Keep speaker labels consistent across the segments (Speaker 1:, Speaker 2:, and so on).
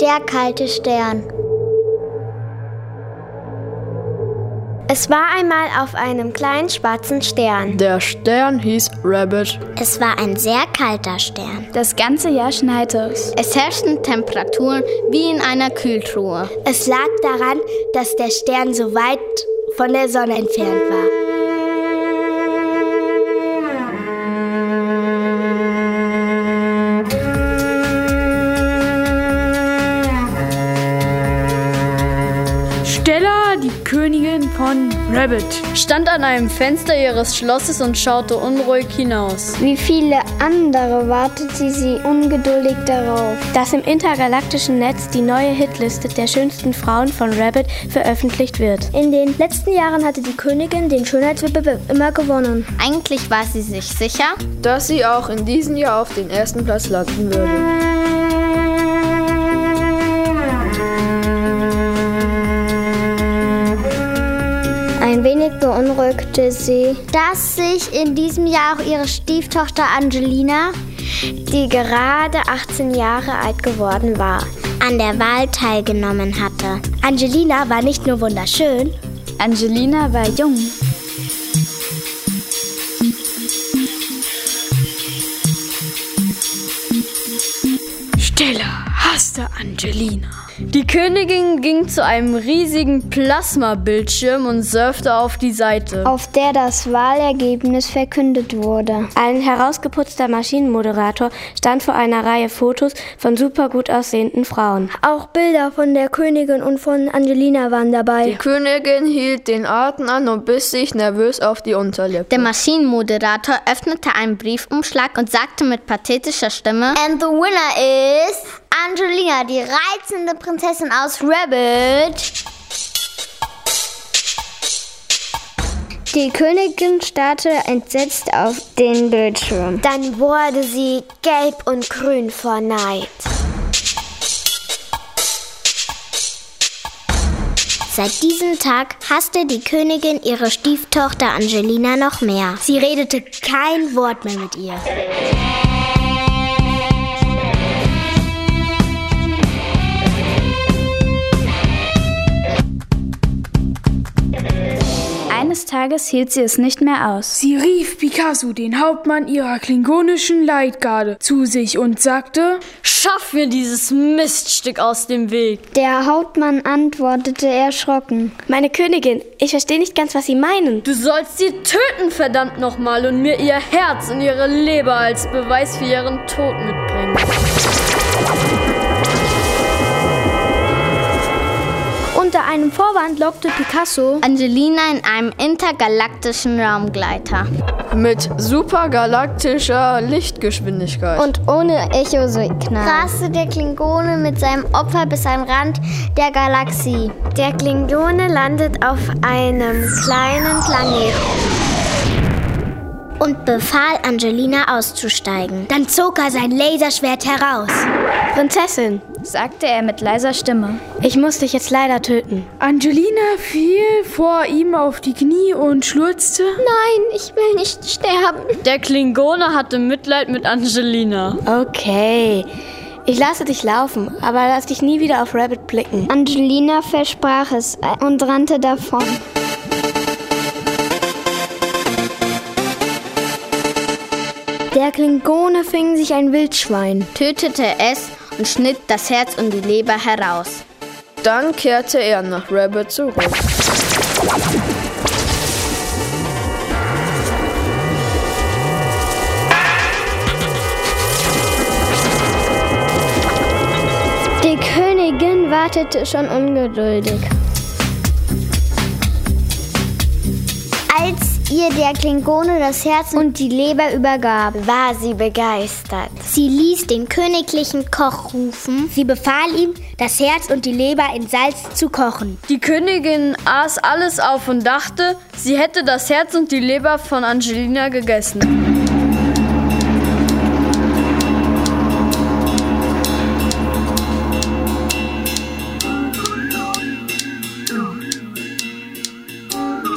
Speaker 1: sehr kalte Stern. Es war einmal auf einem kleinen schwarzen Stern.
Speaker 2: Der Stern hieß Rabbit.
Speaker 1: Es war ein sehr kalter Stern.
Speaker 3: Das ganze Jahr schneite es.
Speaker 4: Es herrschten Temperaturen wie in einer Kühltruhe.
Speaker 1: Es lag daran, dass der Stern so weit von der Sonne entfernt war.
Speaker 2: Stella, die Königin von Rabbit, stand an einem Fenster ihres Schlosses und schaute unruhig hinaus.
Speaker 5: Wie viele andere wartete sie ungeduldig darauf,
Speaker 3: dass im intergalaktischen Netz die neue Hitliste der schönsten Frauen von Rabbit veröffentlicht wird.
Speaker 5: In den letzten Jahren hatte die Königin den Schönheitswettbewerb immer gewonnen.
Speaker 4: Eigentlich war sie sich sicher,
Speaker 2: dass sie auch in diesem Jahr auf den ersten Platz landen würde.
Speaker 5: Ein wenig beunruhigte sie,
Speaker 1: dass sich in diesem Jahr auch ihre Stieftochter Angelina, die gerade 18 Jahre alt geworden war, an der Wahl teilgenommen hatte. Angelina war nicht nur wunderschön,
Speaker 3: Angelina war jung.
Speaker 2: Stella hasste Angelina. Die Königin ging zu einem riesigen Plasmabildschirm und surfte auf die Seite.
Speaker 5: auf der das Wahlergebnis verkündet wurde.
Speaker 3: Ein herausgeputzter Maschinenmoderator stand vor einer Reihe Fotos von supergut aussehenden Frauen.
Speaker 5: Auch Bilder von der Königin und von Angelina waren dabei.
Speaker 6: Die Königin hielt den Atem an und biss sich nervös auf die Unterlippe.
Speaker 4: Der Maschinenmoderator öffnete einen Briefumschlag und sagte mit pathetischer Stimme:
Speaker 1: And the winner is Angelina, die reizende Prinzessin aus Rabbit.
Speaker 5: Die Königin starrte entsetzt auf den Bildschirm.
Speaker 1: Dann wurde sie gelb und grün vor Neid. Seit diesem Tag hasste die Königin ihre Stieftochter Angelina noch mehr. Sie redete kein Wort mehr mit ihr.
Speaker 3: Eines Tages hielt sie es nicht mehr aus.
Speaker 7: Sie rief Picasso, den Hauptmann ihrer klingonischen Leitgarde, zu sich und sagte,
Speaker 2: Schaff mir dieses Miststück aus dem Weg.
Speaker 5: Der Hauptmann antwortete erschrocken.
Speaker 3: Meine Königin, ich verstehe nicht ganz, was Sie meinen.
Speaker 2: Du sollst sie töten, verdammt nochmal, und mir ihr Herz und ihre Leber als Beweis für ihren Tod mitbringen.
Speaker 5: Unter einem Vorwand lockte Picasso
Speaker 4: Angelina in einem intergalaktischen Raumgleiter.
Speaker 6: Mit supergalaktischer Lichtgeschwindigkeit.
Speaker 1: Und ohne Echosignal. Raste der Klingone mit seinem Opfer bis am Rand der Galaxie. Der Klingone landet auf einem kleinen Planeten. Und befahl Angelina auszusteigen. Dann zog er sein Laserschwert heraus.
Speaker 3: Prinzessin, sagte er mit leiser Stimme. Ich muss dich jetzt leider töten.
Speaker 7: Angelina fiel vor ihm auf die Knie und schluchzte.
Speaker 1: Nein, ich will nicht sterben.
Speaker 2: Der Klingone hatte Mitleid mit Angelina.
Speaker 3: Okay. Ich lasse dich laufen, aber lass dich nie wieder auf Rabbit blicken.
Speaker 5: Angelina versprach es äh, und rannte davon. Der Klingone fing sich ein Wildschwein.
Speaker 4: Tötete es und schnitt das Herz und die Leber heraus.
Speaker 6: Dann kehrte er nach Rabbit zurück.
Speaker 5: Die Königin wartete schon ungeduldig.
Speaker 1: Als ihr der Klingone das Herz und die Leber übergab, war sie begeistert. Sie ließ den königlichen Koch rufen. Sie befahl ihm, das Herz und die Leber in Salz zu kochen.
Speaker 2: Die Königin aß alles auf und dachte, sie hätte das Herz und die Leber von Angelina gegessen.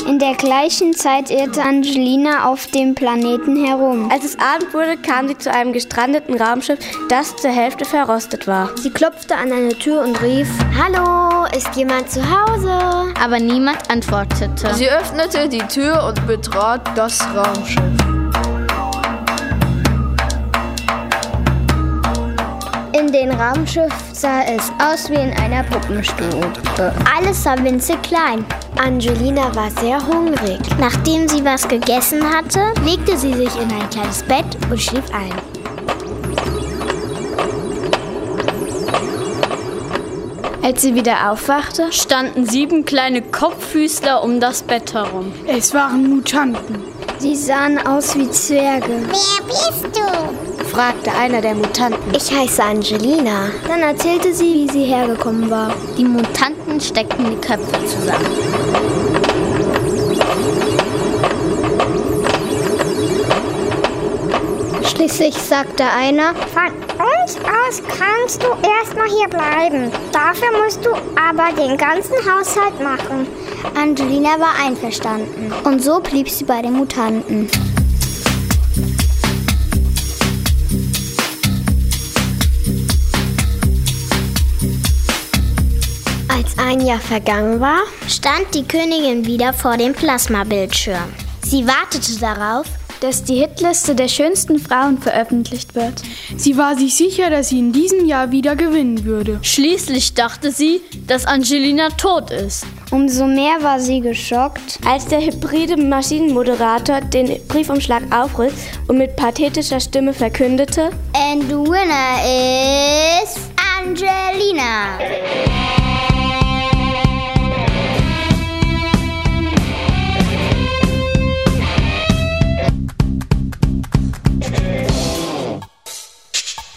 Speaker 5: In der
Speaker 1: der gleichen Zeit irrte Angelina auf dem Planeten herum.
Speaker 3: Als es Abend wurde, kam sie zu einem gestrandeten Raumschiff, das zur Hälfte verrostet war.
Speaker 5: Sie klopfte an eine Tür und rief, Hallo, ist jemand zu Hause?
Speaker 4: aber niemand antwortete.
Speaker 6: Sie öffnete die Tür und betrat das Raumschiff.
Speaker 1: In den Raumschiff sah es aus wie in einer Puppenstube. Alles war winzig klein.
Speaker 5: Angelina war sehr hungrig.
Speaker 1: Nachdem sie was gegessen hatte, legte sie sich in ein kleines Bett und schlief ein.
Speaker 5: Als sie wieder aufwachte,
Speaker 2: Standen sieben kleine Kopffüßler um das Bett herum.
Speaker 7: Es waren Mutanten.
Speaker 5: sie sahen aus wie Zwerge.
Speaker 1: Wer bist du?
Speaker 3: Fragte einer der Mutanten.
Speaker 5: Ich heiße Angelina. Dann erzählte sie, wie sie hergekommen war.
Speaker 4: Die Mutanten steckten die Köpfe zusammen.
Speaker 1: Schließlich sagte einer, von uns aus kannst du erstmal hier bleiben. Dafür musst du aber den ganzen Haushalt machen. Angelina war einverstanden. Und so blieb sie bei den Mutanten.
Speaker 5: Als ein Jahr vergangen war,
Speaker 1: stand die Königin wieder vor dem Plasmabildschirm. Sie wartete darauf,
Speaker 5: dass die Hitliste der schönsten Frauen veröffentlicht wird.
Speaker 7: Sie war sich sicher, dass sie in diesem Jahr wieder gewinnen würde.
Speaker 2: Schließlich dachte sie, dass Angelina tot ist.
Speaker 1: umso mehr war sie geschockt.
Speaker 3: Als der hybride Maschinenmoderator den Briefumschlag aufriss und mit pathetischer Stimme verkündete,
Speaker 1: And the winner is Angelina.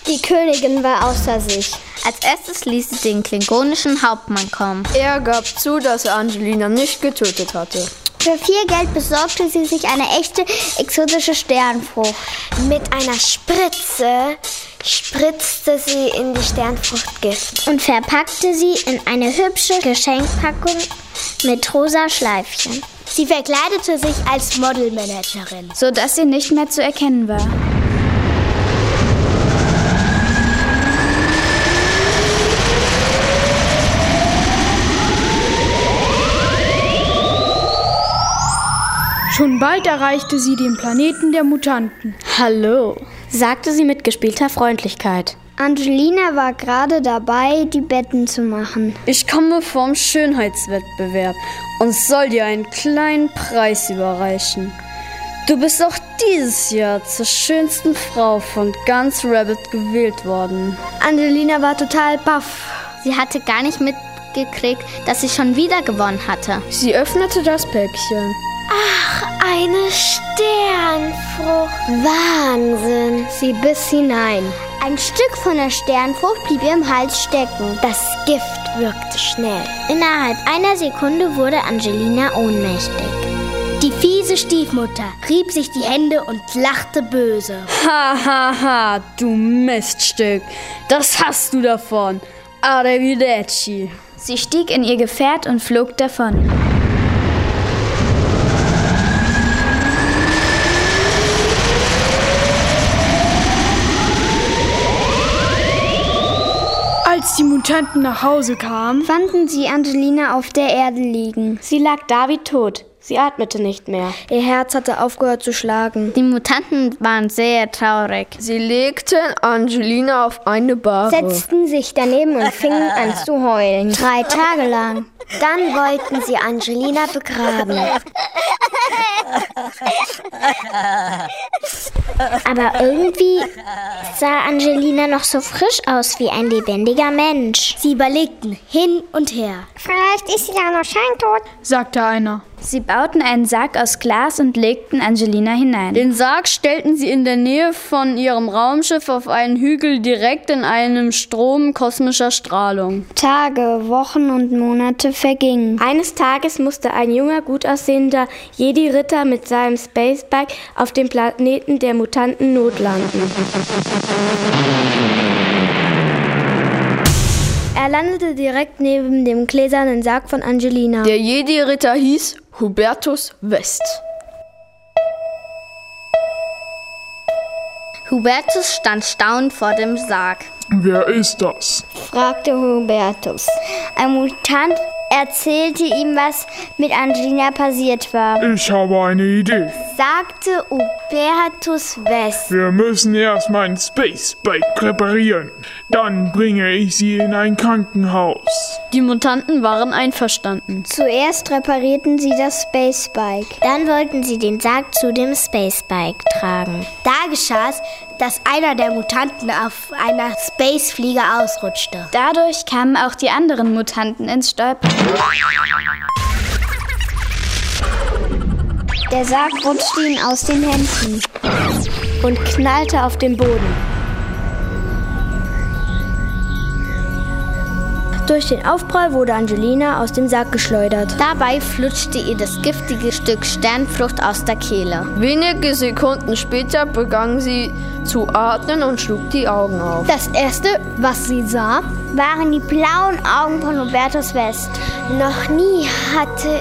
Speaker 1: Die Königin war außer sich.
Speaker 4: Als erstes ließ sie den klingonischen Hauptmann kommen.
Speaker 6: Er gab zu, dass er Angelina nicht getötet hatte.
Speaker 1: Für viel Geld besorgte sie sich eine echte exotische Sternfrucht.
Speaker 5: Mit einer Spritze spritzte sie in die Sternfruchtgift.
Speaker 1: und verpackte sie in eine hübsche Geschenkpackung mit rosa Schleifchen. Sie verkleidete sich als Modelmanagerin.
Speaker 5: sodass sie nicht mehr zu erkennen war.
Speaker 7: Schon bald erreichte sie den Planeten der Mutanten.
Speaker 2: Hallo.
Speaker 3: sagte sie mit gespielter Freundlichkeit.
Speaker 1: Angelina war gerade dabei, die Betten zu machen.
Speaker 2: Ich komme vom Schönheitswettbewerb und soll dir einen kleinen Preis überreichen. Du bist auch dieses Jahr zur schönsten Frau von ganz Rabbit gewählt worden.
Speaker 5: Angelina war total baff.
Speaker 4: Sie hatte gar nicht mitgekriegt, dass sie schon wieder gewonnen hatte.
Speaker 6: Sie öffnete das Päckchen.
Speaker 5: Eine Sternfrucht.
Speaker 1: Wahnsinn! Sie biss hinein. Ein Stück von der Sternfrucht blieb ihr im Hals stecken. Das Gift wirkte schnell. Innerhalb einer Sekunde wurde Angelina ohnmächtig. Die fiese Stiefmutter rieb sich die Hände und lachte böse.
Speaker 2: Ha ha ha, du Miststück. Das hast du davon. Arrivederci.
Speaker 5: Sie stieg in ihr Gefährt und flog davon.
Speaker 7: Als die Mutanten nach Hause kamen,
Speaker 1: Fanden sie Angelina auf der Erde liegen.
Speaker 3: Sie lag da wie tot. Sie atmete nicht mehr.
Speaker 5: Ihr Herz hatte aufgehört zu schlagen.
Speaker 4: Die Mutanten waren sehr traurig.
Speaker 6: Sie legten Angelina auf eine Bahre.
Speaker 1: setzten sich daneben und fingen an zu heulen. Drei Tage lang.
Speaker 5: Dann wollten sie Angelina begraben.
Speaker 1: Aber irgendwie sah Angelina noch so frisch aus wie ein lebendiger Mensch. Sie überlegten hin und her. Vielleicht ist sie ja noch scheintot.
Speaker 7: sagte einer.
Speaker 5: Sie bauten einen Sarg aus Glas und legten Angelina hinein.
Speaker 2: Den Sarg stellten sie in der Nähe von ihrem Raumschiff auf einen Hügel direkt in einem Strom kosmischer Strahlung.
Speaker 1: Tage, Wochen und Monate vergingen.
Speaker 3: Eines Tages musste ein junger, gut aussehender Jedi-Ritter mit seinem Spacebike auf dem Planeten der Mutanten notlanden.
Speaker 5: Er landete direkt neben dem gläsernen Sarg von Angelina.
Speaker 6: Der Jedi-Ritter hieß Hubertus West.
Speaker 4: Hubertus stand staunend vor dem Sarg.
Speaker 8: Wer ist das?
Speaker 1: fragte Hubertus. Ein Mutant erzählte ihm, was mit Angelina passiert war,
Speaker 8: Ich habe eine Idee.
Speaker 1: sagte Hubertus West.
Speaker 8: Wir müssen erst mein Space Bike reparieren. Dann bringe ich sie in ein Krankenhaus.
Speaker 2: Die Mutanten waren einverstanden.
Speaker 1: Zuerst reparierten sie das Spacebike. Dann wollten sie den Sarg zu dem Spacebike tragen. Da geschah es, dass einer der Mutanten auf einer Spacefliege ausrutschte.
Speaker 9: Dadurch kamen auch die anderen Mutanten ins Stolpern.
Speaker 1: Der Sarg rutschte ihm aus den Händen und knallte auf den Boden.
Speaker 5: Durch den Aufprall wurde Angelina aus dem Sarg geschleudert.
Speaker 4: Dabei flutschte ihr das giftige Stück Sternfrucht aus der Kehle.
Speaker 6: Wenige Sekunden später begann sie zu atmen und schlug die Augen auf.
Speaker 1: Das erste, was sie sah, waren die blauen Augen von Hubertus West. Noch nie hatte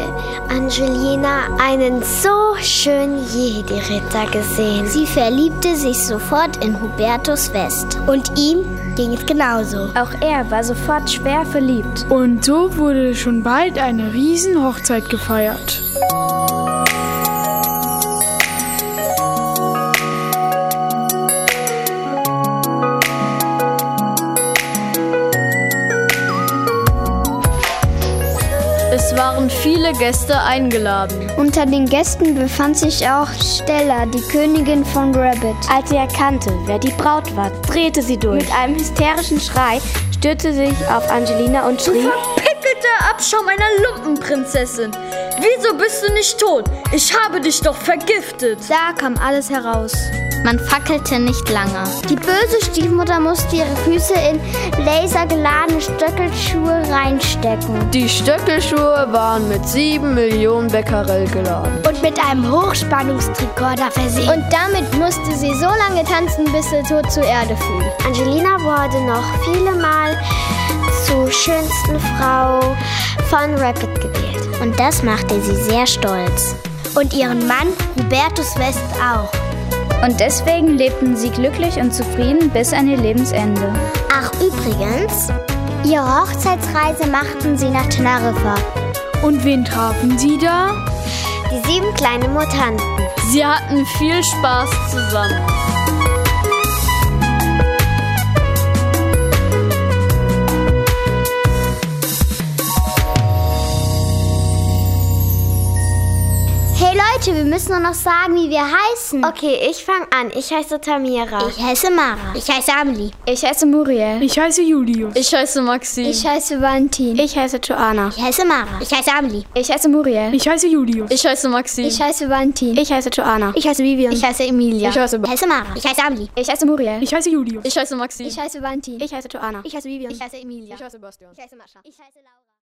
Speaker 1: Angelina einen so schönen Jedi-Ritter gesehen. Sie verliebte sich sofort in Hubertus West. Und ihm ging es genauso.
Speaker 5: Auch er war sofort schwer verliebt.
Speaker 7: Und so wurde schon bald eine Riesenhochzeit gefeiert.
Speaker 2: Es waren viele Gäste eingeladen.
Speaker 1: Unter den Gästen befand sich auch Stella, die Königin von Rabbit.
Speaker 3: Als sie erkannte, wer die Braut war, drehte sie durch. Mit einem hysterischen Schrei stürzte sie sich auf Angelina und schrie.
Speaker 2: Pickelter Abschaum einer Lumpenprinzessin. Wieso bist du nicht tot? Ich habe dich doch vergiftet.
Speaker 5: Da kam alles heraus.
Speaker 4: Man fackelte nicht lange.
Speaker 1: Die böse Stiefmutter musste ihre Füße in lasergeladene Stöckelschuhe reinstecken.
Speaker 6: Die Stöckelschuhe waren mit 7 Millionen Becquerel geladen.
Speaker 1: Und mit einem Hochspannungstrikorder versehen. Und damit musste sie so lange tanzen, bis sie tot zur Erde fiel. Angelina wurde noch viele Mal zur schönsten Frau von Rapid gewählt. Und das machte sie sehr stolz. Und ihren Mann Hubertus West auch.
Speaker 9: Und deswegen lebten sie glücklich und zufrieden bis an ihr Lebensende.
Speaker 1: Ach übrigens, ihre Hochzeitsreise machten sie nach Teneriffa.
Speaker 7: Und wen trafen sie da?
Speaker 1: Die sieben kleinen Mutanten.
Speaker 2: Sie hatten viel Spaß zusammen.
Speaker 1: Hey Leute, wir müssen nur noch sagen, wie wir heißen.
Speaker 5: Okay, ich fange an. Ich heiße Tamira.
Speaker 1: Ich heiße Mara. Ich heiße Amelie.
Speaker 9: Ich heiße Muriel.
Speaker 7: Ich heiße Julius.
Speaker 2: Ich heiße Maxim.
Speaker 1: heiße Valentin.
Speaker 3: Ich heiße Joanna.
Speaker 1: Ich heiße Mara. Ich heiße Amelie.
Speaker 9: Ich heiße Muriel.
Speaker 7: Ich heiße Julius.
Speaker 2: Ich heiße Maxim.
Speaker 1: heiße Valentin.
Speaker 3: Ich heiße Joanna.
Speaker 5: Ich heiße Vivian.
Speaker 4: Ich heiße Emilia.
Speaker 6: Ich heiße
Speaker 1: Ich heiße Mara. Ich heiße Amelie.
Speaker 9: Ich heiße Muriel.
Speaker 7: Ich heiße Julius.
Speaker 2: Ich heiße Maxim.
Speaker 1: heiße Valentin.
Speaker 3: Ich heiße Joanna.
Speaker 5: Ich heiße Vivian.
Speaker 1: heiße Emilia.
Speaker 6: Sebastian.
Speaker 1: Ich heiße Mascha. Ich heiße Laura.